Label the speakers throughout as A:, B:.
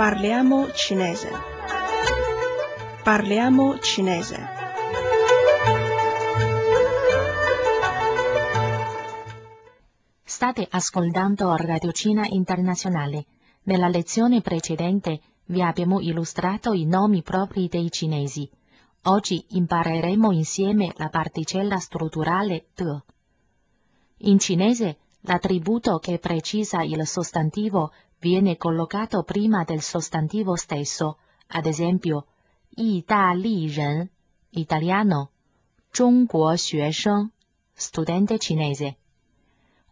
A: Parliamo cinese. Parliamo cinese.
B: State ascoltando Radio Cina Internazionale. Nella lezione precedente vi abbiamo illustrato i nomi propri dei cinesi. Oggi impareremo insieme la particella strutturale de. In cinese l'attributo che precisa il sostantivo viene collocato prima del sostantivo stesso, ad esempio Italiren, italiano, 中国学生, studente cinese.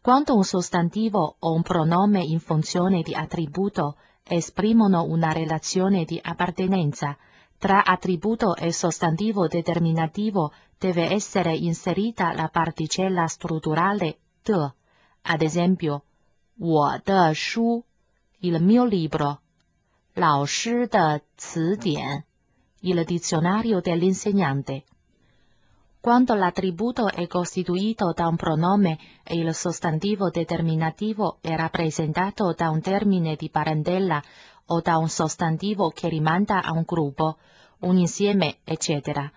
B: Quando un sostantivo o un pronome in funzione di attributo esprimono una relazione di appartenenza, tra attributo e sostantivo determinativo deve essere inserita la particella strutturale de, ad esempio 我的书 il mio libro, 老师的词典 il dizionario dell'insegnante. Quando l'attributo è costituito da un pronome e il sostantivo determinativo è rappresentato da un termine di parentela o da un sostantivo che rimanda a un gruppo, un insieme, eccetera.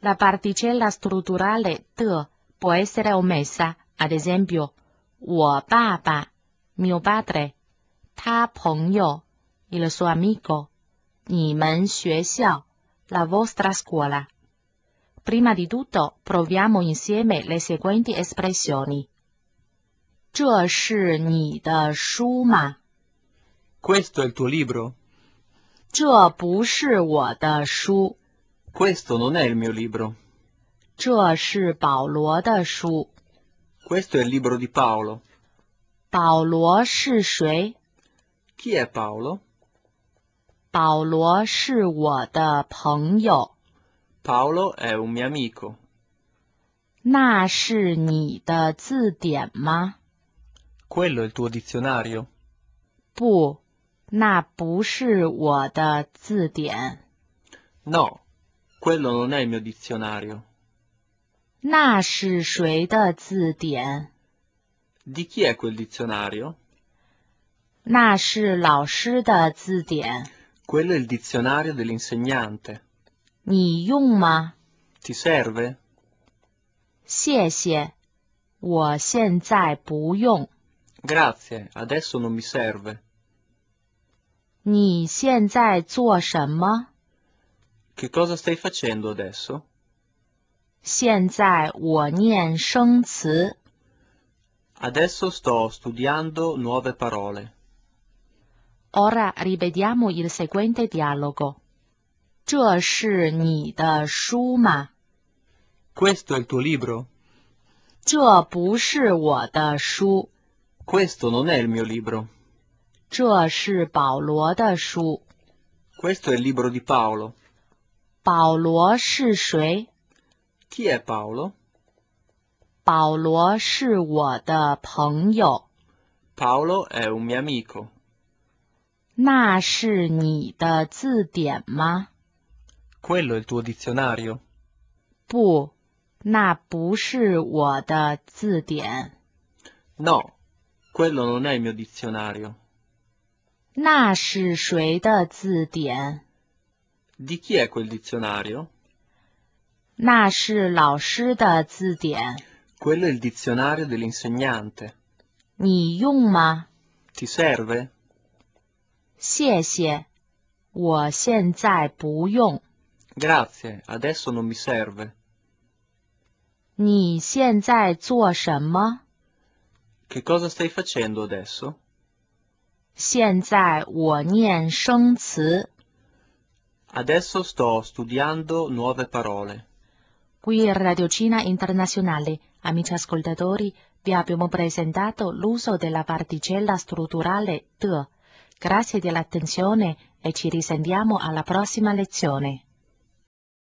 B: La particella strutturale de può essere omessa, ad esempio, 我爸爸, mio padre, 他朋友, il suo amico, 你们学校, la vostra scuola. Prima di tutto proviamo insieme le seguenti espressioni. 这是你的书吗？
C: Questo è il tuo libro?
B: 这不是我的书，
C: Questo non è il mio libro.
B: 这是保罗的书。
C: Questo è il libro di Paolo.
B: 保罗是谁？
C: Chi è Paolo?
B: 保罗是我的朋友。
C: Paolo è un mio amico.
B: 那是你的字典吗？
C: Quello è il tuo dizionario.
B: 不，那不是我的字典，
C: No, quello non è il mio dizionario.
B: 那是谁的字典？
C: Di chi è quel dizionario?
B: 那是老师的字典。
C: Quello è il dizionario dell'insegnante.
B: 你用吗？
C: Ti serve?
B: 谢谢，我现在不用。
C: Grazie, adesso non mi serve.
B: 你现在做什么？
C: Che cosa stai facendo adesso?
B: 现在我念生词。
C: Adesso sto studiando nuove parole.
B: Ora rivediamo il seguente dialogo. 这是你的书吗？
C: Questo è il tuo libro?
B: 这不是我的书，
C: Questo non è il mio libro.
B: 这是保罗的书。
C: Questo è il libro di Paolo.
B: 保罗是谁？
C: Chi è Paolo?
B: 保罗是我的朋友。
C: Paolo è un mio amico.
B: 那是你的字典吗？
C: Quello è il tuo dizionario.
B: 不，那不是我的字典，
C: No, quello non è il mio dizionario.
B: 那是谁的字典？
C: Di chi è quel dizionario?
B: 那是老师的字典。
C: Quello è il dizionario dell'insegnante.
B: 你用吗？
C: Ti serve?
B: 谢谢，我现在不用。
C: Grazie, adesso non mi serve.
B: 你现在做什么？
C: Che cosa stai facendo adesso?
B: 现在我念生词。
C: Adesso sto studiando nuove parole.
B: Qui in Radio Cina Internazionale, amici ascoltatori, vi abbiamo presentato l'uso della particella strutturale de. Grazie dell'attenzione e ci risendiamo alla prossima lezione.